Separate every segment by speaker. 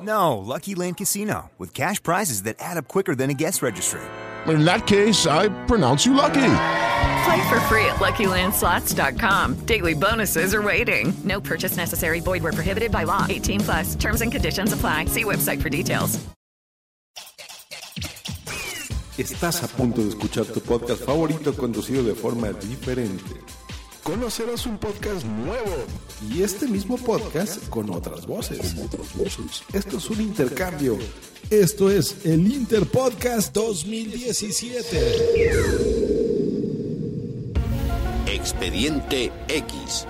Speaker 1: No, Lucky Land Casino with cash prizes that add up quicker than a guest registry.
Speaker 2: In that case, I pronounce you lucky.
Speaker 3: Play for free at LuckyLandSlots.com. Daily bonuses are waiting.
Speaker 4: No purchase necessary. Void where prohibited by law. 18 plus. Terms and conditions apply. See website for details.
Speaker 5: Estás a punto de escuchar tu podcast favorito conducido de forma diferente. Conocerás un podcast nuevo y este mismo podcast con otras voces. Esto es un intercambio. Esto es el Interpodcast 2017.
Speaker 6: Expediente X.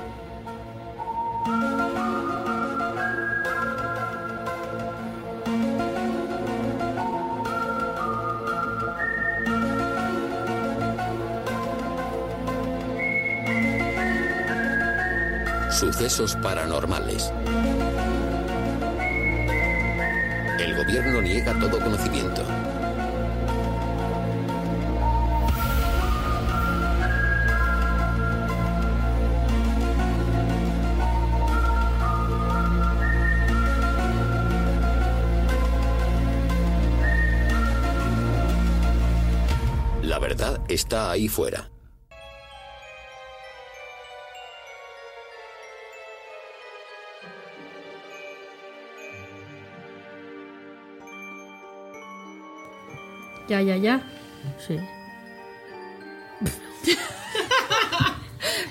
Speaker 6: Sucesos paranormales. El gobierno niega todo conocimiento. La verdad está ahí fuera.
Speaker 7: Ya, ya, ya. Sí.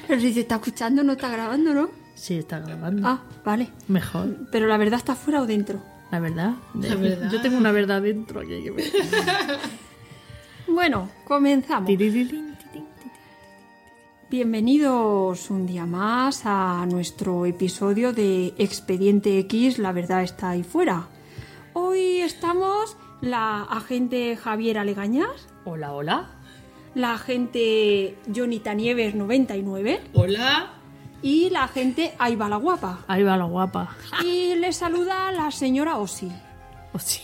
Speaker 8: Pero si se está escuchando, no está grabando, ¿no?
Speaker 7: Sí, está grabando.
Speaker 8: Ah, vale.
Speaker 7: Mejor.
Speaker 8: Pero la verdad está fuera o dentro.
Speaker 7: La verdad.
Speaker 8: La verdad.
Speaker 7: Yo tengo una verdad dentro aquí que me...
Speaker 8: Bueno, comenzamos. Bienvenidos un día más a nuestro episodio de Expediente X, la verdad está ahí fuera. Hoy estamos la agente Javiera Legañas,
Speaker 7: Hola, hola.
Speaker 8: la agente Jonita Nieves 99
Speaker 7: Hola.
Speaker 8: y la agente Aiba la Guapa.
Speaker 7: Ahí va la guapa.
Speaker 8: Y les saluda la señora Osi.
Speaker 7: O sí.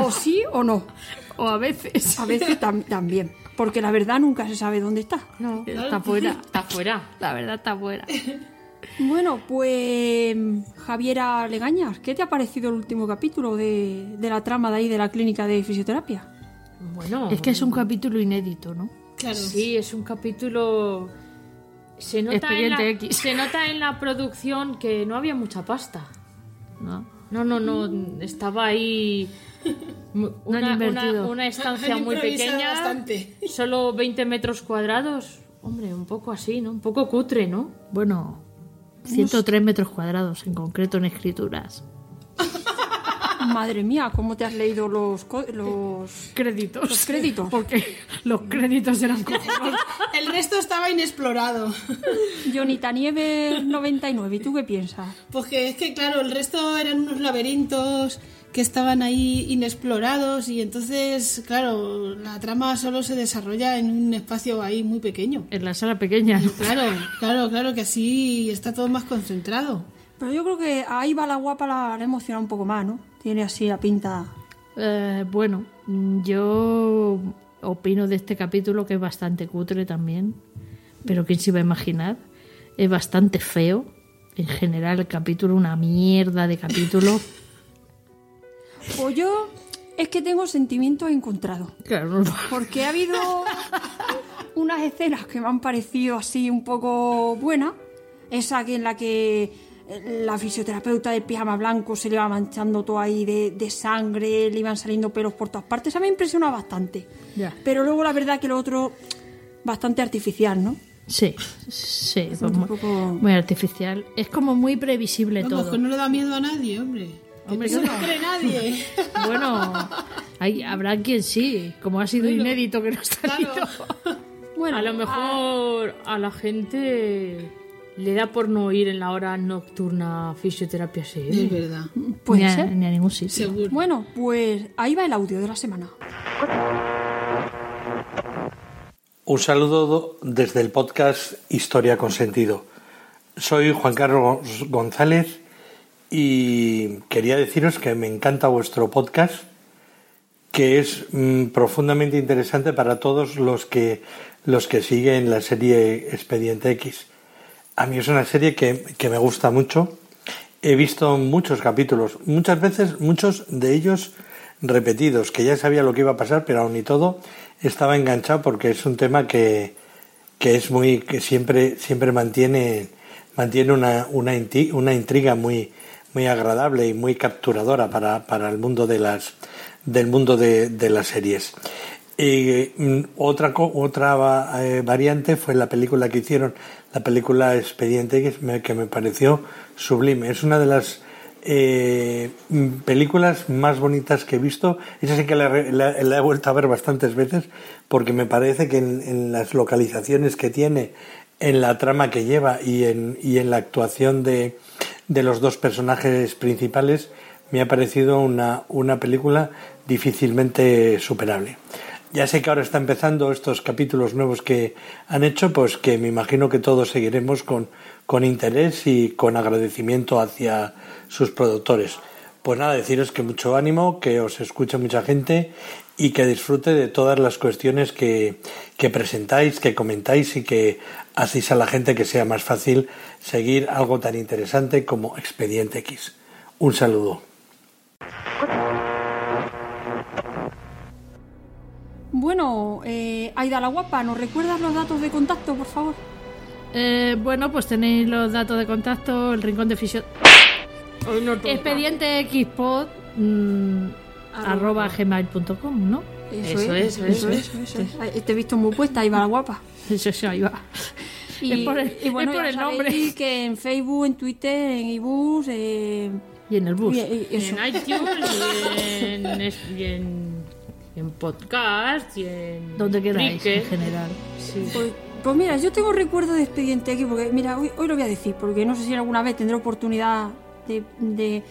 Speaker 8: O sí o no.
Speaker 7: O a veces.
Speaker 8: A veces tam- también. Porque la verdad nunca se sabe dónde está.
Speaker 7: No, está fuera. Está fuera. La verdad está fuera.
Speaker 8: Bueno, pues Javiera Legañas, ¿qué te ha parecido el último capítulo de, de la trama de ahí de la clínica de fisioterapia?
Speaker 7: Bueno. Es que es un capítulo inédito, ¿no?
Speaker 9: Claro. Sí, es un capítulo. Se nota, en la,
Speaker 7: Expediente X.
Speaker 9: se nota en la producción que no había mucha pasta.
Speaker 7: ¿No?
Speaker 9: No, no, no. Estaba ahí. mu-
Speaker 7: No han
Speaker 9: Una, una-
Speaker 7: invertido.
Speaker 9: una estancia
Speaker 10: Han
Speaker 9: muy
Speaker 10: improvisado
Speaker 9: pequeña.
Speaker 10: bastante.
Speaker 9: Solo 20 metros cuadrados. Hombre, un poco así, ¿no? Un poco cutre, ¿no?
Speaker 7: Bueno, 103 metros cuadrados en concreto en escrituras.
Speaker 8: Madre mía, ¿cómo te has leído los, co- los
Speaker 7: Créditos.
Speaker 8: Los créditos.
Speaker 7: Porque los créditos eran cojones.
Speaker 10: El resto estaba inexplorado.
Speaker 8: Jonita Nieves 99? ¿Y tú qué piensas?
Speaker 10: Porque es que, claro, el resto eran unos laberintos que estaban ahí inexplorados y entonces, claro, la trama solo se desarrolla en un espacio ahí muy pequeño.
Speaker 7: En la sala pequeña. ¿no?
Speaker 10: Claro, claro, claro que así está todo más concentrado.
Speaker 8: Pero yo creo que ahí va la guapa, la, la emociona un poco más, ¿no? Tiene así la pinta.
Speaker 7: Eh, bueno, yo opino de este capítulo que es bastante cutre también, pero quién se iba a imaginar. Es bastante feo. En general, el capítulo, una mierda de capítulo.
Speaker 8: O yo es que tengo sentimientos encontrados.
Speaker 7: Claro, no-
Speaker 8: Porque ha habido unas escenas que me han parecido así un poco buenas. Esa que en la que la fisioterapeuta del pijama blanco se le iba manchando todo ahí de, de sangre, le iban saliendo pelos por todas partes. Esa me impresiona bastante.
Speaker 7: Ya.
Speaker 8: Pero luego la verdad que lo otro, bastante artificial, ¿no?
Speaker 7: Sí, sí, pues muy, poco... muy artificial. Es como muy previsible
Speaker 10: Vamos,
Speaker 7: todo.
Speaker 10: que no le da miedo a nadie, hombre.
Speaker 7: Hombre,
Speaker 10: que no
Speaker 7: que
Speaker 10: lo
Speaker 7: no.
Speaker 10: cree nadie.
Speaker 7: Bueno, hay, habrá quien sí, como ha sido inédito que no está
Speaker 9: Bueno, a lo mejor a la gente le da por no ir en la hora nocturna a fisioterapia, sí.
Speaker 10: Es verdad.
Speaker 7: Pues
Speaker 9: Puede
Speaker 7: ni, a,
Speaker 9: ser.
Speaker 7: ni a ningún sitio.
Speaker 10: Seguro.
Speaker 3: Bueno, pues ahí va el audio de la semana.
Speaker 5: Un saludo desde el podcast Historia con Sentido. Soy Juan Carlos González y quería deciros que me encanta vuestro podcast, que es mm, profundamente interesante para todos los que, los que siguen la serie Expediente X. A mí es una serie que, que me gusta mucho. He visto muchos capítulos, muchas veces muchos de ellos repetidos, que ya sabía lo que iba a pasar, pero aún y todo estaba enganchado porque es un tema que, que es muy que siempre siempre mantiene mantiene una una, inti- una intriga muy muy agradable y muy capturadora para, para el mundo de las del mundo de, de las series. Y, mm, otra co- otra va- eh, variante fue la película que hicieron, la película Expediente X, me- que me pareció sublime. Es una de las eh, mm, películas más bonitas que he visto. Esa sí que la, re- la- la he vuelto a ver bastantes veces porque me parece que en, en las localizaciones que tiene, en la trama que lleva y en, y en la actuación de, de los dos personajes principales, me ha parecido una, una película difícilmente superable. Ya sé que ahora está empezando estos capítulos nuevos que han hecho, pues que me imagino que todos seguiremos con, con interés y con agradecimiento hacia sus productores. Pues nada, deciros que mucho ánimo, que os escuche mucha gente y que disfrute de todas las cuestiones que, que presentáis, que comentáis y que hacéis a la gente que sea más fácil seguir algo tan interesante como Expediente X. Un saludo.
Speaker 3: Bueno, eh, Aida la Guapa, ¿nos recuerdas los datos de contacto, por favor?
Speaker 7: Eh, bueno, pues tenéis los datos de contacto, el rincón de fisio... Expediente xpod mm, arroba gmail.com, ¿no?
Speaker 3: Ay, Te he visto muy puesta, ahí va la guapa.
Speaker 7: Eso, eso, ahí va.
Speaker 3: Y,
Speaker 7: Es por el-
Speaker 3: y bueno,
Speaker 7: es por
Speaker 3: ya
Speaker 7: el nombre.
Speaker 3: sabéis que en Facebook, en Twitter, en ebooks... Eh,
Speaker 7: Y en el bus.
Speaker 3: y- y- y eso.
Speaker 9: En iTunes, y en, es- y en, y en podcast, y en.
Speaker 7: Donde queráis,
Speaker 9: Flickr.
Speaker 7: en general.
Speaker 9: Sí.
Speaker 3: Pues, pues mira, yo tengo recuerdo de Expediente X, porque mira, hoy, hoy lo voy a decir, porque no sé si alguna vez tendré oportunidad de, de-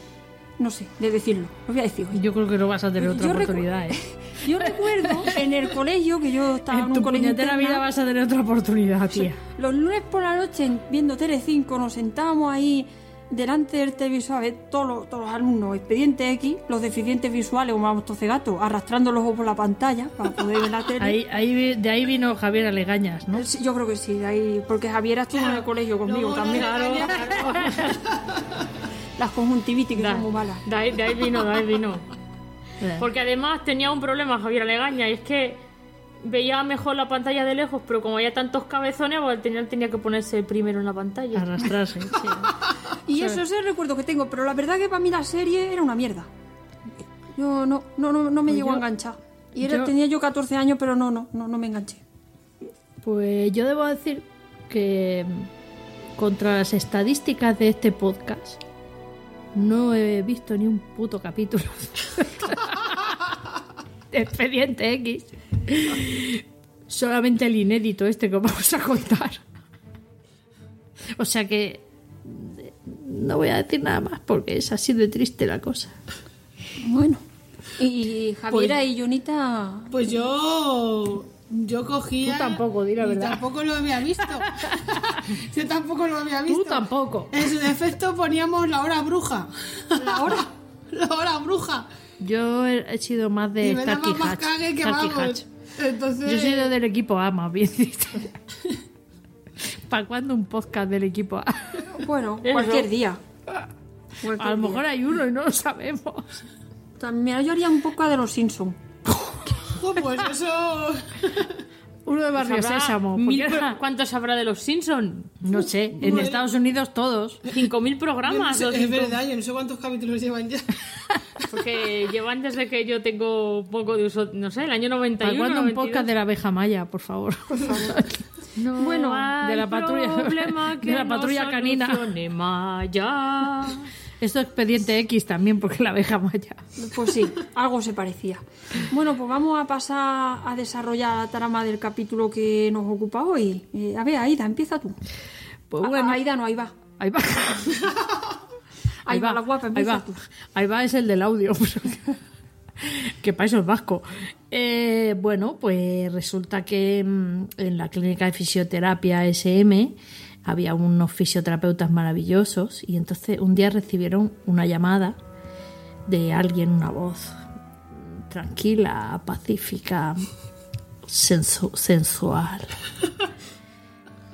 Speaker 3: no sé, de decirlo. Lo voy a decir hoy.
Speaker 7: Yo creo que no vas a tener otra
Speaker 3: Yo recu-
Speaker 7: oportunidad, ¿eh?
Speaker 3: Yo recuerdo en el colegio, que yo estaba en,
Speaker 7: En
Speaker 3: un
Speaker 7: tu
Speaker 3: colegio
Speaker 7: puñetera
Speaker 3: internado,
Speaker 7: vida vas a tener otra oportunidad, tía.
Speaker 3: Los lunes por la noche, viendo Tele5, nos sentábamos ahí delante del televisor a ver todos los, todos los alumnos, expediente X, los deficientes visuales, como vamos toce gatos, arrastrando los ojos por la pantalla para poder ver la tele.
Speaker 7: Ahí, ahí vi- de ahí vino Javier Alegañas, ¿no?
Speaker 3: Sí, Yo creo que sí, de ahí, porque Javier estuvo en el colegio conmigo también. Las conjuntivitis que
Speaker 9: Da-
Speaker 3: son muy malas.
Speaker 9: De ahí, de ahí vino, de ahí vino.
Speaker 10: Eh.
Speaker 9: Porque además tenía un problema Javier Alegaña, y es que veía mejor la pantalla de lejos, pero como había tantos cabezones, pues, tenía, tenía que ponerse primero en la pantalla.
Speaker 7: Arrastrarse, sí.
Speaker 3: Y eso es el recuerdo que tengo, pero la verdad que para mí la serie era una mierda. Yo no, no, no, no me
Speaker 7: Pues
Speaker 3: llegó a
Speaker 7: yo-
Speaker 3: enganchar. Y era,
Speaker 7: yo-
Speaker 3: tenía yo 14 años, pero no, no, no, no me enganché.
Speaker 7: Pues yo debo decir que mm, contra las estadísticas de este podcast no he visto ni un puto capítulo de Expediente X. Solamente el inédito este que os vamos a contar. O sea que mm, no voy a decir nada más porque es así de triste la cosa.
Speaker 3: Bueno. Y Javiera y Jonita.
Speaker 10: Pues yo. Yo cogía.
Speaker 7: Tú tampoco, di la
Speaker 10: y
Speaker 7: verdad.
Speaker 10: Tampoco lo había visto. yo tampoco lo había visto.
Speaker 7: Tú tampoco.
Speaker 10: En su defecto poníamos la hora bruja.
Speaker 3: ¿La hora?
Speaker 10: la hora bruja.
Speaker 7: Yo he he sido más de
Speaker 10: y me daba
Speaker 7: Taki
Speaker 10: más
Speaker 7: Hatch,
Speaker 10: cague que
Speaker 7: Taki Hatch.
Speaker 10: vamos. Entonces.
Speaker 7: Yo soy del equipo A, más bien dicho. ¿Para cuándo un podcast del equipo A?
Speaker 3: Bueno, cualquier día.
Speaker 7: A lo mejor hay uno y no lo sabemos.
Speaker 3: También yo haría un poco de los Simpsons.
Speaker 10: Oh, pues eso.
Speaker 7: Uno de Barrio
Speaker 9: Habrá
Speaker 7: Sésamo.
Speaker 9: mil
Speaker 7: porque
Speaker 9: pro-
Speaker 7: era-
Speaker 9: ¿Cuántos habrá de los Simpson?
Speaker 7: No sé, en
Speaker 9: Bueno.
Speaker 7: Estados Unidos todos.
Speaker 9: 5.000
Speaker 10: Yo no
Speaker 9: programas.
Speaker 10: sé-
Speaker 9: o
Speaker 10: es
Speaker 9: cinco-
Speaker 10: verdad, yo no sé cuántos capítulos llevan ya.
Speaker 9: Porque llevan desde que yo tengo poco de uso, no sé, el año
Speaker 7: ¿Para
Speaker 9: 91.
Speaker 7: cuándo un
Speaker 9: 92.
Speaker 7: podcast de la abeja maya, por favor?
Speaker 11: No
Speaker 5: bueno,
Speaker 11: hay
Speaker 5: de la patrulla,
Speaker 11: problema que
Speaker 5: de la
Speaker 11: no
Speaker 5: patrulla
Speaker 11: solucione
Speaker 5: canina.
Speaker 11: Maya.
Speaker 5: Esto es expediente X también, porque la abeja maya.
Speaker 7: Pues sí, algo se parecía. Bueno, pues vamos a pasar a desarrollar la trama del capítulo que nos ocupa hoy. Eh, a ver, Aida, empieza tú.
Speaker 5: Pues
Speaker 7: A-
Speaker 5: bueno.
Speaker 7: Aida no, ahí va.
Speaker 5: Ahí va.
Speaker 7: Ahí va, la guapa,
Speaker 5: ahí
Speaker 7: empieza
Speaker 5: va.
Speaker 7: tú.
Speaker 5: Ahí va es el del audio. que para eso es vasco. Eh, bueno, pues resulta que mm, en la clínica de fisioterapia SM había unos fisioterapeutas maravillosos y entonces un día recibieron una llamada de alguien, una voz mm, tranquila, pacífica, sensu- sensual.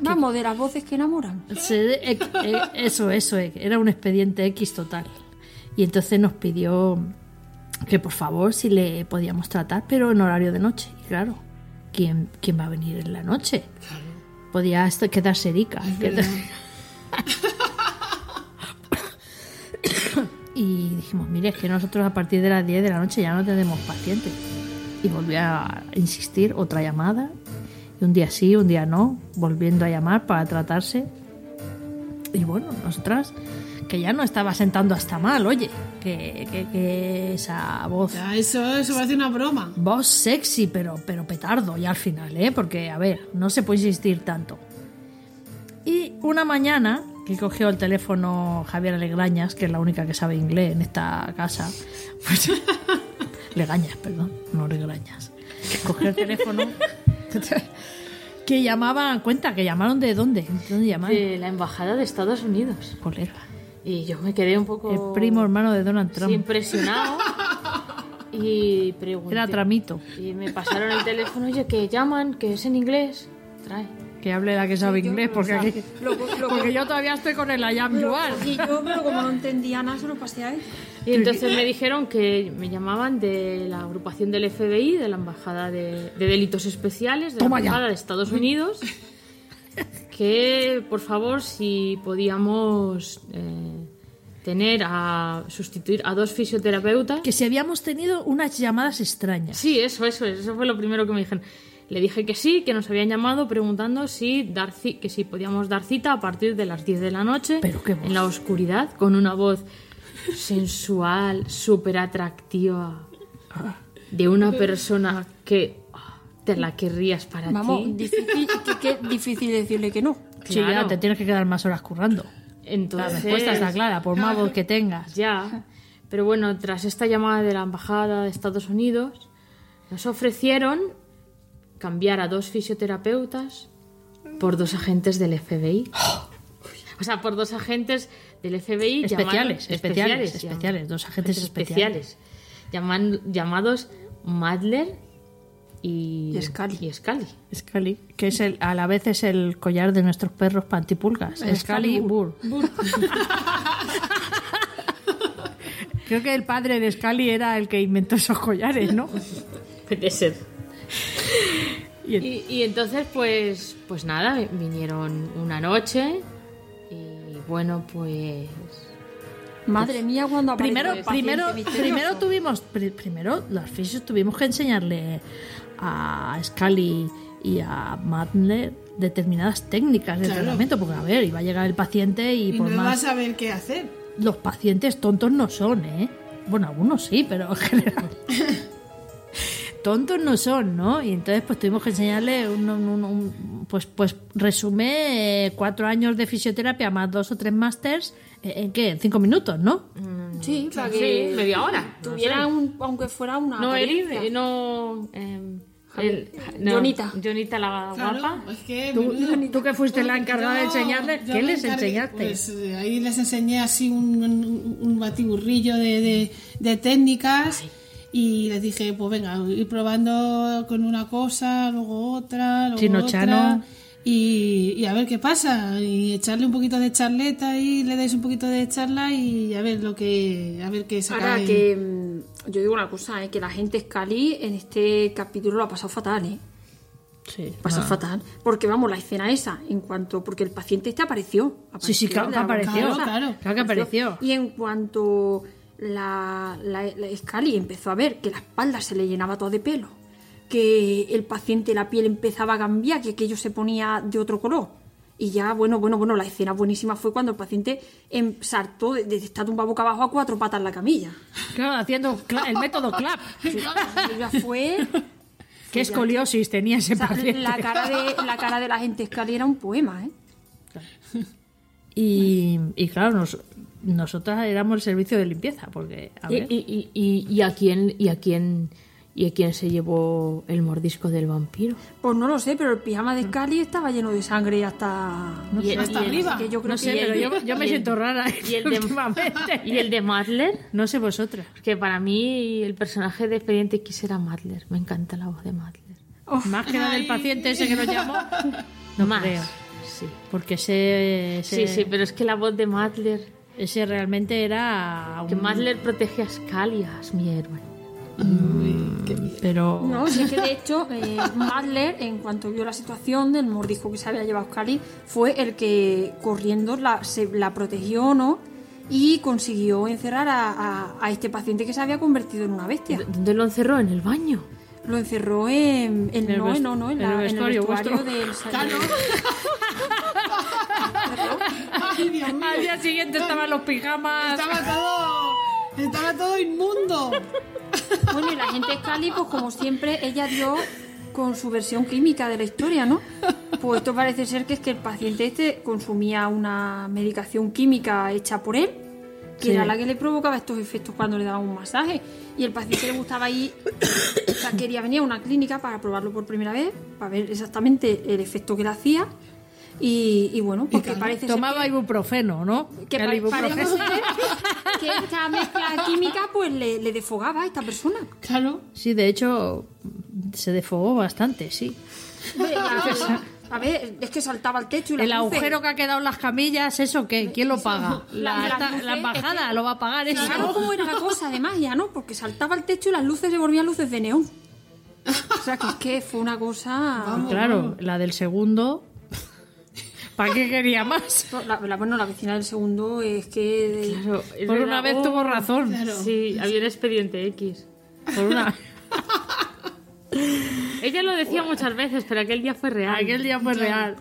Speaker 7: Vamos, de las voces que enamoran.
Speaker 5: Se- eh, eh, eso, eso, eh, era un expediente X total. Y entonces nos pidió que por favor si le podíamos tratar, pero en horario de noche. Y claro, ¿quién, quién va a venir en la noche? Podía hasta quedarse erica.
Speaker 11: verdad.
Speaker 5: y dijimos, mire, es que nosotros a partir de las 10 de la noche ya no tenemos pacientes. Y volví a insistir, otra llamada. Y un día sí, un día no, volviendo a llamar para tratarse. Y bueno, nosotras, que ya no estaba sentando hasta mal, oye, que, que- que esa voz.
Speaker 3: Ya, eso, eso parece una broma.
Speaker 5: Voz sexy, pero, pero petardo ya al final, ¿eh? Porque, a ver, no se puede insistir tanto. Y una mañana que cogió el teléfono Javier Legrañas, que es la única que sabe inglés en esta casa. pues- Legañas, perdón, no Legrañas. Cogió el teléfono. que llamaban, cuenta, que llamaron de dónde. ¿De dónde llamaron?
Speaker 11: De la embajada de Estados Unidos.
Speaker 5: Colega.
Speaker 11: Y yo me quedé un poco.
Speaker 5: El primo hermano de Donald
Speaker 11: Sí,
Speaker 5: Trump.
Speaker 11: impresionado. Y pregunté.
Speaker 5: Era tramito.
Speaker 11: Y me pasaron el teléfono, oye, que llaman, que es en inglés. Trae.
Speaker 5: Que hable la que sabe inglés, porque aquí- porque yo todavía estoy con el I am you are.
Speaker 7: Y yo, pero como no entendía nada, se lo pasé a él.
Speaker 11: Y entonces me dijeron que me llamaban de la agrupación del FBI, de la Embajada de, de Delitos Especiales, de
Speaker 5: Toma
Speaker 11: la
Speaker 5: ya.
Speaker 11: Embajada de Estados Unidos, que por favor si podíamos eh,
Speaker 5: Ah,
Speaker 11: tener a sustituir a dos fisioterapeutas.
Speaker 5: Que si habíamos tenido unas llamadas extrañas.
Speaker 11: Sí, eso, eso, eso fue lo primero que me dijeron. Le dije que sí, que nos habían llamado preguntando si dar ci- que si podíamos dar cita a partir de las 10 de la noche en la oscuridad con una voz sensual, súper atractiva de una persona que ah, te la querrías para
Speaker 7: Vamos,
Speaker 11: ti.
Speaker 7: difícil, que- que difícil decirle que no.
Speaker 5: Sí, ya te tienes que quedar más horas currando.
Speaker 11: Entonces,
Speaker 5: La respuesta está clara, por más voz que tengas.
Speaker 11: Ya. Pero bueno, tras esta llamada de la embajada de Estados Unidos, nos ofrecieron cambiar a dos fisioterapeutas por dos agentes del FBI. O sea, por dos agentes del FBI llamados-
Speaker 5: Especiales, especiales,
Speaker 11: llama-
Speaker 5: especiales, dos agentes especiales.
Speaker 11: llaman- llamados Madler y, Scali Y Scully.
Speaker 5: Scali, que es el, a la vez es el collar de nuestros perros pantipulgas. Excalibur. Creo que el padre de Scali era el que inventó esos collares, ¿no?
Speaker 11: Puede ser.
Speaker 5: Y el-
Speaker 11: Y, y entonces, pues, pues nada, vinieron una noche y bueno, pues...
Speaker 7: Madre mía, cuando aparece
Speaker 5: primero,
Speaker 7: el paciente
Speaker 5: primero,
Speaker 7: misterioso.
Speaker 5: primero tuvimos, pri- primero los fisios tuvimos que enseñarle a Scully y a Madler determinadas técnicas de
Speaker 3: Claro.
Speaker 5: tratamiento, porque a ver, iba a llegar el paciente y,
Speaker 3: Y
Speaker 5: por
Speaker 3: no va a
Speaker 5: más
Speaker 3: saber qué hacer.
Speaker 5: los pacientes tontos no son, ¿eh? Bueno, algunos sí, pero en general. tontos no son, ¿no? Y entonces pues tuvimos que enseñarle un, un- un- un- pues pues resume eh, cuatro años de fisioterapia más dos o tres másters eh, en qué en cinco minutos, ¿no?
Speaker 7: Sí, para
Speaker 11: Sí,
Speaker 7: que
Speaker 11: media hora, no
Speaker 7: Tuviera
Speaker 11: sé.
Speaker 7: un, aunque fuera una.
Speaker 11: No, Eri,
Speaker 7: apariencia.
Speaker 11: eh, no... eh,
Speaker 7: Javier.
Speaker 11: el- no,
Speaker 7: Jonita.
Speaker 11: Jonita la
Speaker 3: Claro,
Speaker 11: guapa.
Speaker 3: es que...
Speaker 5: Tú,
Speaker 3: menudo-
Speaker 5: tú que fuiste la encargada de
Speaker 3: Yo-
Speaker 5: enseñarles,
Speaker 3: yo me
Speaker 5: ¿qué les
Speaker 3: encargué,
Speaker 5: enseñaste?
Speaker 3: Pues eh, ahí les enseñé así un, un- un batiburrillo de, de- de técnicas y les dije, pues venga, ir probando con una cosa, luego otra, luego
Speaker 5: Chino
Speaker 3: otra.
Speaker 5: Chano.
Speaker 3: Y, y a ver qué pasa y echarle un poquito de charleta y le dais un poquito de charla y a ver lo que a ver qué saca
Speaker 7: Ahora
Speaker 3: de-
Speaker 7: que mm, yo digo una cosa, eh, que la gente Scali en este capítulo lo ha pasado fatal, ¿eh?
Speaker 5: Sí.
Speaker 7: Lo ha pasado fatal. Porque vamos, la escena esa, en cuanto. Porque el paciente este apareció.
Speaker 5: Sí, sí, claro
Speaker 7: de
Speaker 5: que
Speaker 7: la boca
Speaker 5: apareció.
Speaker 7: rosa,
Speaker 5: Claro, claro que apareció.
Speaker 7: Y en cuanto la, la, la Scali empezó a ver que la espalda se le llenaba todo de pelo,
Speaker 2: que el paciente la piel empezaba a cambiar, que aquello se ponía de otro color. Y ya, bueno, bueno, bueno, la escena buenísima fue cuando el paciente em- saltó de, de estar tumbado boca abajo a cuatro patas en la camilla.
Speaker 12: Claro, haciendo cla- el método clap.
Speaker 2: Ya fue...
Speaker 12: ¿Qué escoliosis tenía ese
Speaker 2: O sea,
Speaker 12: paciente?
Speaker 2: la, cara de, la cara de la gente escalera era un poema, ¿eh?
Speaker 5: Y, y claro, nos- nosotras éramos el servicio de limpieza, porque a
Speaker 3: Y,
Speaker 5: ver,
Speaker 3: y- y- y- y a quién y a quién y a quién se llevó el mordisco del vampiro.
Speaker 2: Pues no lo sé, pero el pijama de Scali estaba lleno de sangre hasta,
Speaker 3: No sé,
Speaker 2: hasta
Speaker 3: y el-
Speaker 2: arriba. que yo creo
Speaker 5: no sé,
Speaker 2: que-
Speaker 5: pero yo, yo me
Speaker 3: y el-
Speaker 5: siento rara
Speaker 3: y el de-
Speaker 5: últimamente.
Speaker 3: ¿Y el de Madler?
Speaker 5: No sé vosotras.
Speaker 3: Que para mí el personaje de Expediente X era Madler. Me encanta la voz de Madler.
Speaker 5: Más que la del paciente ese que nos llamó. No
Speaker 3: Más,
Speaker 5: creo. Porque ese,
Speaker 3: Sí, sí, pero es que la voz de Madler.
Speaker 5: Ese realmente era.
Speaker 3: Que
Speaker 5: un-
Speaker 3: Madler protege a Scalias, mi héroe.
Speaker 5: Pero.
Speaker 2: No, sí que de hecho eh, Madler, en cuanto vio la situación del mordisco que se había llevado Scali, fue el que corriendo la, se, la protegió, ¿no? Y consiguió encerrar a, a- a este paciente que se había convertido en una bestia.
Speaker 3: ¿Dónde lo encerró? ¿En el baño?
Speaker 2: Lo encerró en... en-
Speaker 3: En el
Speaker 2: no,
Speaker 3: vest-
Speaker 2: no, no, en,
Speaker 3: en el
Speaker 2: la- en el
Speaker 3: vestuario vuestro.
Speaker 2: vestuario del salón.
Speaker 12: Al día siguiente estaban los pijamas.
Speaker 13: Estaba todo. Estaba todo inmundo.
Speaker 2: Bueno, y la gente Scali, pues como siempre, ella dio con su versión química de la historia, ¿no? Pues esto parece ser que es que el paciente este consumía una medicación química hecha por él, que
Speaker 3: Sí.
Speaker 2: era la que le provocaba estos efectos cuando le daban un masaje. Y el paciente le gustaba ir, o sea, quería venir a una clínica para probarlo por primera vez, para ver exactamente el efecto que le hacía. Y, y bueno, porque parece ser
Speaker 12: Tomaba ibuprofeno, ¿no?
Speaker 2: que
Speaker 12: El
Speaker 2: pa-
Speaker 12: ibuprofeno.
Speaker 2: parece ser que esta mezcla química pues le, le defogaba a esta persona.
Speaker 13: Claro.
Speaker 5: Sí, de hecho, se defogó bastante, sí.
Speaker 2: Hombre, claro, A ver, es que saltaba al techo y las
Speaker 5: El
Speaker 2: luces-
Speaker 5: agujero que ha quedado en las camillas, ¿eso qué? ¿Quién lo paga?
Speaker 2: las-
Speaker 5: La,
Speaker 2: las
Speaker 5: esta-
Speaker 2: luces,
Speaker 5: la embajada
Speaker 2: es que-
Speaker 5: lo va a pagar eso.
Speaker 2: Fijaros cómo era la cosa, además, ya, ¿no? Porque saltaba al techo y las luces se volvían luces de neón. O sea, que es que fue una cosa...
Speaker 5: Claro, la del segundo. ¿Para qué quería más?
Speaker 2: No, la- la- bueno, la vecina del segundo es que...
Speaker 3: Es
Speaker 5: Por
Speaker 3: verdad,
Speaker 5: una vez
Speaker 3: oh,
Speaker 5: tuvo razón.
Speaker 3: Sí, había un expediente X.
Speaker 5: Por una-
Speaker 3: Ella lo decía muchas veces, pero aquel día fue real.
Speaker 5: Aquel día fue real.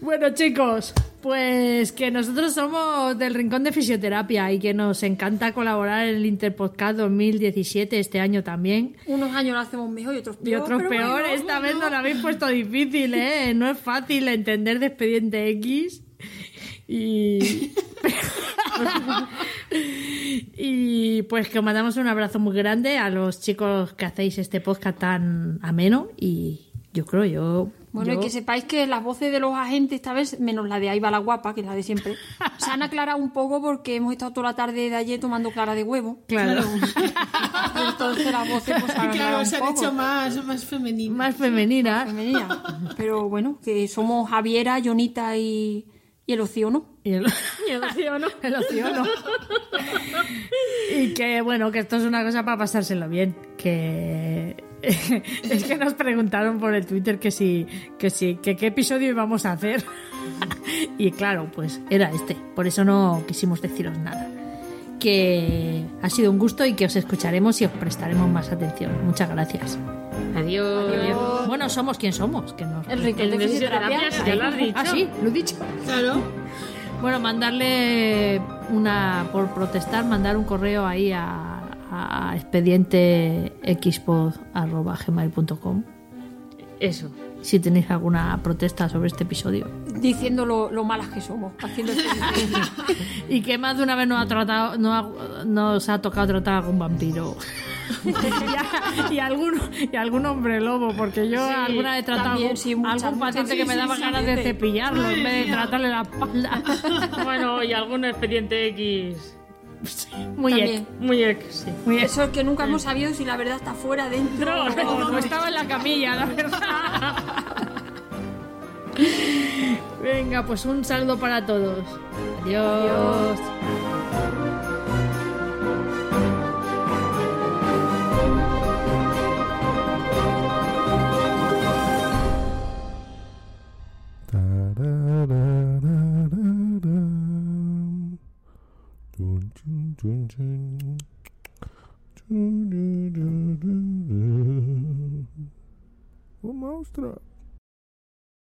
Speaker 5: Bueno, chicos, pues que nosotros somos del Rincón de Fisioterapia y que nos encanta colaborar en el Interpodcast 2017 este año también.
Speaker 2: Unos años lo hacemos mejor y otros peor.
Speaker 5: Y otros
Speaker 2: pero
Speaker 5: peor,
Speaker 2: bueno,
Speaker 5: esta
Speaker 2: bueno.
Speaker 5: vez no lo habéis puesto difícil, ¿eh? No es fácil entender de expediente X. Y. y pues que os mandamos un abrazo muy grande a los chicos que hacéis este podcast tan ameno. Y yo creo, yo.
Speaker 2: Bueno,
Speaker 5: yo-
Speaker 2: y que sepáis que las voces de los agentes esta vez, menos la de Ahí va la guapa, que es la de siempre, se han aclarado un poco porque hemos estado toda la tarde de ayer tomando clara de huevo.
Speaker 5: Claro.
Speaker 2: Entonces las voces pues, se han aclarado
Speaker 13: Claro, se
Speaker 2: un
Speaker 13: han
Speaker 2: poco.
Speaker 13: hecho más, más femeninas.
Speaker 5: Más femenina.
Speaker 2: Femenina. Pero bueno, que somos Javiera, Jonita y, y el ocio, ¿no?
Speaker 5: Y el-
Speaker 3: Y el ocio, ¿no?
Speaker 5: El ocio, ¿no? Y que bueno, que esto es una cosa para pasárselo bien. Que es que nos preguntaron por el Twitter que si, que si, que qué episodio íbamos a hacer. Y claro, pues era este. Por eso no quisimos deciros nada. Que ha sido un gusto y que os escucharemos y os prestaremos más atención. Muchas gracias.
Speaker 3: Adiós.
Speaker 5: Bueno, somos quien somos, que nos
Speaker 2: El rincón de
Speaker 3: El de fisioterapia, ya
Speaker 2: fisioterapia.
Speaker 3: lo has dicho.
Speaker 5: Ah, sí, lo he dicho.
Speaker 13: Claro.
Speaker 5: Bueno, mandarle una, por protestar, mandar un correo ahí a, a expedientexpod.com
Speaker 3: Eso.
Speaker 5: si tenéis alguna protesta sobre este episodio.
Speaker 2: Diciendo lo, lo malas que somos. Haciendo este
Speaker 5: Y que más de una vez nos ha, tratado, no ha- nos ha tocado tratar a algún vampiro. y, a- y algún, y algún hombre lobo, porque yo
Speaker 3: Sí,
Speaker 5: alguna vez he tratado a
Speaker 3: también,
Speaker 5: algún,
Speaker 3: sí, muchas,
Speaker 5: algún
Speaker 3: muchas.
Speaker 5: paciente
Speaker 3: Sí,
Speaker 5: que me
Speaker 3: sí,
Speaker 5: daba
Speaker 3: sí,
Speaker 5: ganas de
Speaker 3: sí.
Speaker 5: cepillarlo en vez de
Speaker 3: Madre mía.
Speaker 5: tratarle la espalda.
Speaker 3: Bueno, y algún expediente X.
Speaker 5: Muy
Speaker 2: También.
Speaker 5: ex.
Speaker 3: Muy ex, sí.
Speaker 5: Muy ex.
Speaker 2: Eso es que nunca hemos sabido si la verdad está fuera, dentro.
Speaker 5: No, no, no, estaba en la camilla, la verdad. Venga, pues un saludo para todos. Adiós.
Speaker 7: Adiós. monstruo.